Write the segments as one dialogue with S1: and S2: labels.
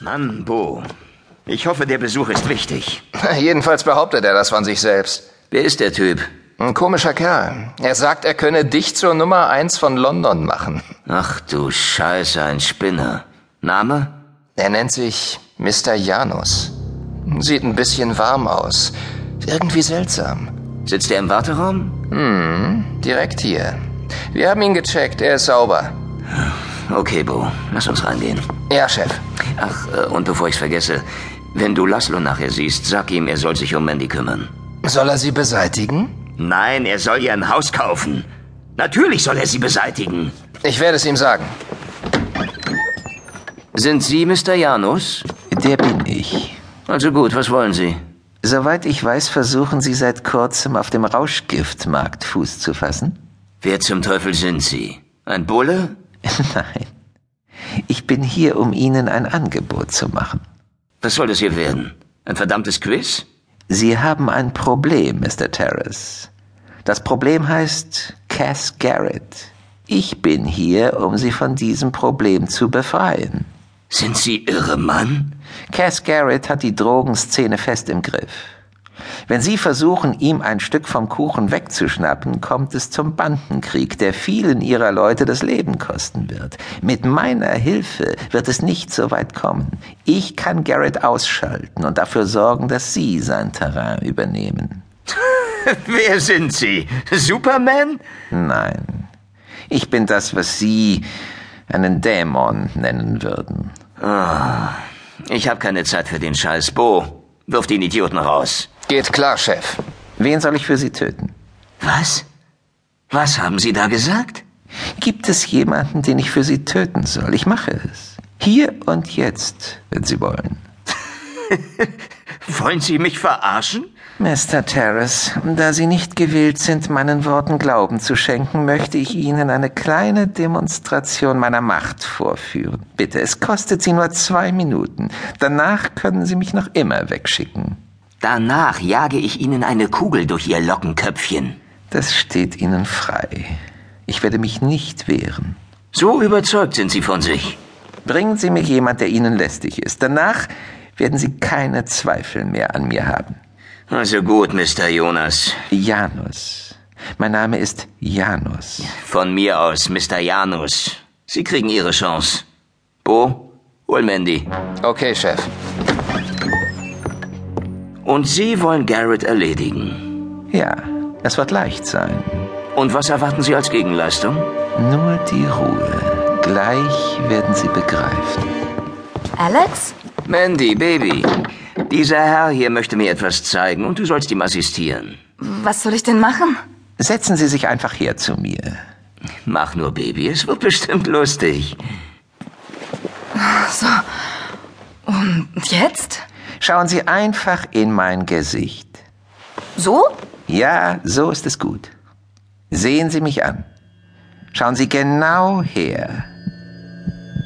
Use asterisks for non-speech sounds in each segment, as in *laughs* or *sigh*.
S1: Mann, Bo. Ich hoffe, der Besuch ist wichtig.
S2: *laughs* Jedenfalls behauptet er das von sich selbst.
S1: Wer ist der Typ?
S2: Ein komischer Kerl. Er sagt, er könne dich zur Nummer eins von London machen.
S1: Ach du Scheiße, ein Spinner. Name?
S2: Er nennt sich Mr. Janus. Sieht ein bisschen warm aus. Irgendwie seltsam.
S1: Sitzt er im Warteraum?
S2: Direkt hier. Wir haben ihn gecheckt, er ist sauber.
S1: Okay, Bo, lass uns reingehen.
S2: Ja, Chef.
S1: Ach, äh, und bevor ich's vergesse, wenn du Laszlo nachher siehst, sag ihm, er soll sich um Mandy kümmern.
S2: Soll er sie beseitigen?
S1: Nein, er soll ihr ein Haus kaufen. Natürlich soll er sie beseitigen.
S2: Ich werde es ihm sagen.
S1: Sind Sie Mr. Janus?
S3: Der bin ich.
S1: Also gut, was wollen Sie?
S3: Soweit ich weiß, versuchen Sie seit kurzem auf dem Rauschgiftmarkt Fuß zu fassen?
S1: Wer zum Teufel sind Sie? Ein Bulle?
S3: *laughs* Nein. Ich bin hier, um Ihnen ein Angebot zu machen.
S1: Was soll das hier werden? Ein verdammtes Quiz?
S3: Sie haben ein Problem, Mr. Terrace. Das Problem heißt Cass Garrett. Ich bin hier, um Sie von diesem Problem zu befreien.
S1: Sind Sie irre, Mann?
S3: Cass Garrett hat die Drogenszene fest im Griff. Wenn Sie versuchen, ihm ein Stück vom Kuchen wegzuschnappen, kommt es zum Bandenkrieg, der vielen Ihrer Leute das Leben kosten wird. Mit meiner Hilfe wird es nicht so weit kommen. Ich kann Garrett ausschalten und dafür sorgen, dass Sie sein Terrain übernehmen.
S1: Wer sind Sie? Superman?
S3: Nein. Ich bin das, was Sie einen Dämon nennen würden.
S1: Ich habe keine Zeit für den Scheiß, Bo. Wirf den Idioten raus.
S2: Geht klar, Chef.
S3: Wen soll ich für Sie töten?
S1: Was? Was haben Sie da gesagt?
S3: Gibt es jemanden, den ich für Sie töten soll? Ich mache es. Hier und jetzt, wenn Sie wollen.
S1: Wollen Sie mich verarschen?
S3: Mr. Terrace, da Sie nicht gewillt sind, meinen Worten Glauben zu schenken, möchte ich Ihnen eine kleine Demonstration meiner Macht vorführen. Bitte, es kostet Sie nur zwei Minuten. Danach können Sie mich noch immer wegschicken.
S1: Danach jage ich Ihnen eine Kugel durch Ihr Lockenköpfchen.
S3: Das steht Ihnen frei. Ich werde mich nicht wehren.
S1: So überzeugt sind Sie von sich.
S3: Bringen Sie mir jemand, der Ihnen lästig ist. Danach werden Sie keine Zweifel mehr an mir haben.
S1: Also gut, Mr. Jonas.
S3: Janus. Mein Name ist Janus.
S1: Von mir aus, Mr. Janus. Sie kriegen Ihre Chance. Bo, hol Mandy.
S2: Okay, Chef.
S1: Und Sie wollen Garrett erledigen.
S3: Ja, es wird leicht sein.
S1: Und was erwarten Sie als Gegenleistung?
S3: Nur die Ruhe. Gleich werden Sie begreifen.
S4: Alex?
S1: Mandy, Baby. Dieser Herr hier möchte mir etwas zeigen und du sollst ihm assistieren.
S4: Was soll ich denn machen?
S3: Setzen Sie sich einfach her zu mir.
S1: Mach nur, Baby, es wird *laughs* bestimmt lustig.
S4: Und jetzt?
S3: Schauen Sie einfach in mein Gesicht.
S4: So?
S3: Ja, so ist es gut. Sehen Sie mich an. Schauen Sie genau her.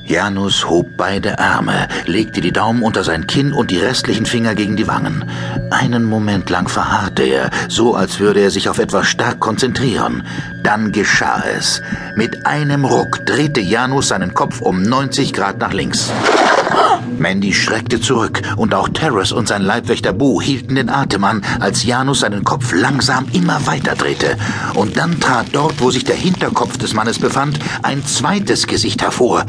S5: Janus hob beide Arme, legte die Daumen unter sein Kinn und die restlichen Finger gegen die Wangen. Einen Moment lang verharrte er, so als würde er sich auf etwas stark konzentrieren. Dann geschah es. Mit einem Ruck drehte Janus seinen Kopf um 90 Grad nach links. Mandy schreckte zurück und auch Terrace und sein Leibwächter Boo hielten den Atem an, als Janus seinen Kopf langsam immer weiter drehte. Und dann trat dort, wo sich der Hinterkopf des Mannes befand, ein zweites Gesicht hervor.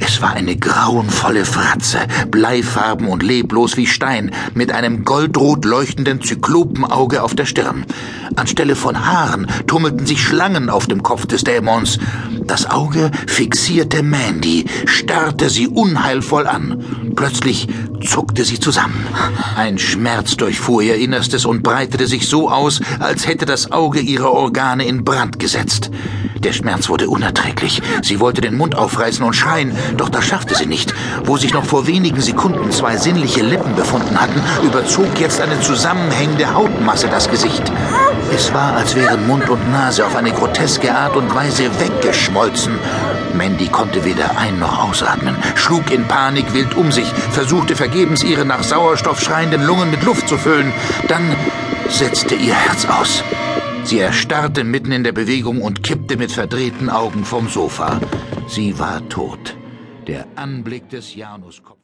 S5: Es war eine grauenvolle Fratze, bleifarben und leblos wie Stein, mit einem goldrot leuchtenden Zyklopenauge auf der Stirn. Anstelle von Haaren tummelten sich Schlangen auf dem Kopf des Dämons. Das Auge fixierte Mandy, starrte sie unheilvoll an. Plötzlich zuckte sie zusammen. Ein Schmerz durchfuhr ihr Innerstes und breitete sich so aus, als hätte das Auge ihre Organe in Brand gesetzt. Der Schmerz wurde unerträglich. Sie wollte den Mund aufreißen und schreien, doch das schaffte sie nicht. Wo sich noch vor wenigen Sekunden zwei sinnliche Lippen befunden hatten, überzog jetzt eine zusammenhängende Hautmasse das Gesicht. Es war, als wären Mund und Nase auf eine groteske Art und Weise weggeschmolzen. Mandy konnte weder ein- noch ausatmen, schlug in Panik wild um sich, versuchte vergebens ihre nach Sauerstoff schreienden Lungen mit Luft zu füllen. Dann setzte ihr Herz aus. Sie erstarrte mitten in der Bewegung und kippte mit verdrehten Augen vom Sofa. Sie war tot. Der Anblick des Januskopfes.